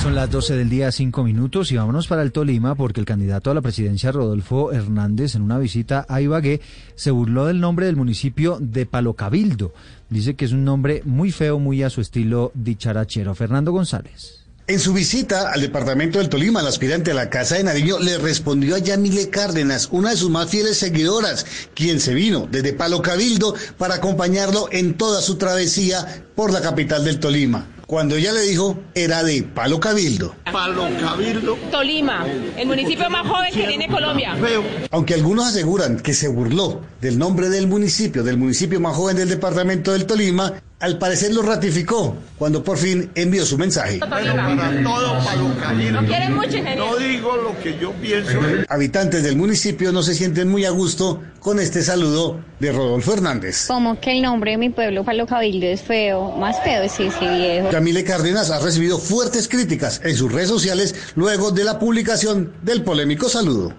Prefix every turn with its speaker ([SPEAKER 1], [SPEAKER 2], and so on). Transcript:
[SPEAKER 1] Son las 12 del día, 5 minutos, y vámonos para el Tolima, porque el candidato a la presidencia, Rodolfo Hernández, en una visita a Ibagué, se burló del nombre del municipio de Palocabildo. Dice que es un nombre muy feo, muy a su estilo dicharachero. Fernando González.
[SPEAKER 2] En su visita al departamento del Tolima, el aspirante a la Casa de Nariño le respondió a Yamile Cárdenas, una de sus más fieles seguidoras, quien se vino desde Palo Cabildo para acompañarlo en toda su travesía por la capital del Tolima. Cuando ella le dijo, era de Palo Cabildo.
[SPEAKER 3] Palo Cabildo.
[SPEAKER 4] Tolima, el municipio más joven que tiene Colombia.
[SPEAKER 2] Aunque algunos aseguran que se burló del nombre del municipio, del municipio más joven del departamento del Tolima, al parecer lo ratificó cuando por fin envió su mensaje.
[SPEAKER 3] Pero para todo Palo Cabildo.
[SPEAKER 4] No quieren mucho,
[SPEAKER 3] No
[SPEAKER 4] ingeniero.
[SPEAKER 3] digo lo que yo pienso.
[SPEAKER 2] Habitantes del municipio no se sienten muy a gusto con este saludo de Rodolfo Hernández.
[SPEAKER 5] Como que el nombre de mi pueblo, Palo Cabildo, es feo. Más feo es ese viejo.
[SPEAKER 2] Camille Cárdenas ha recibido fuertes críticas en sus redes sociales luego de la publicación del polémico saludo.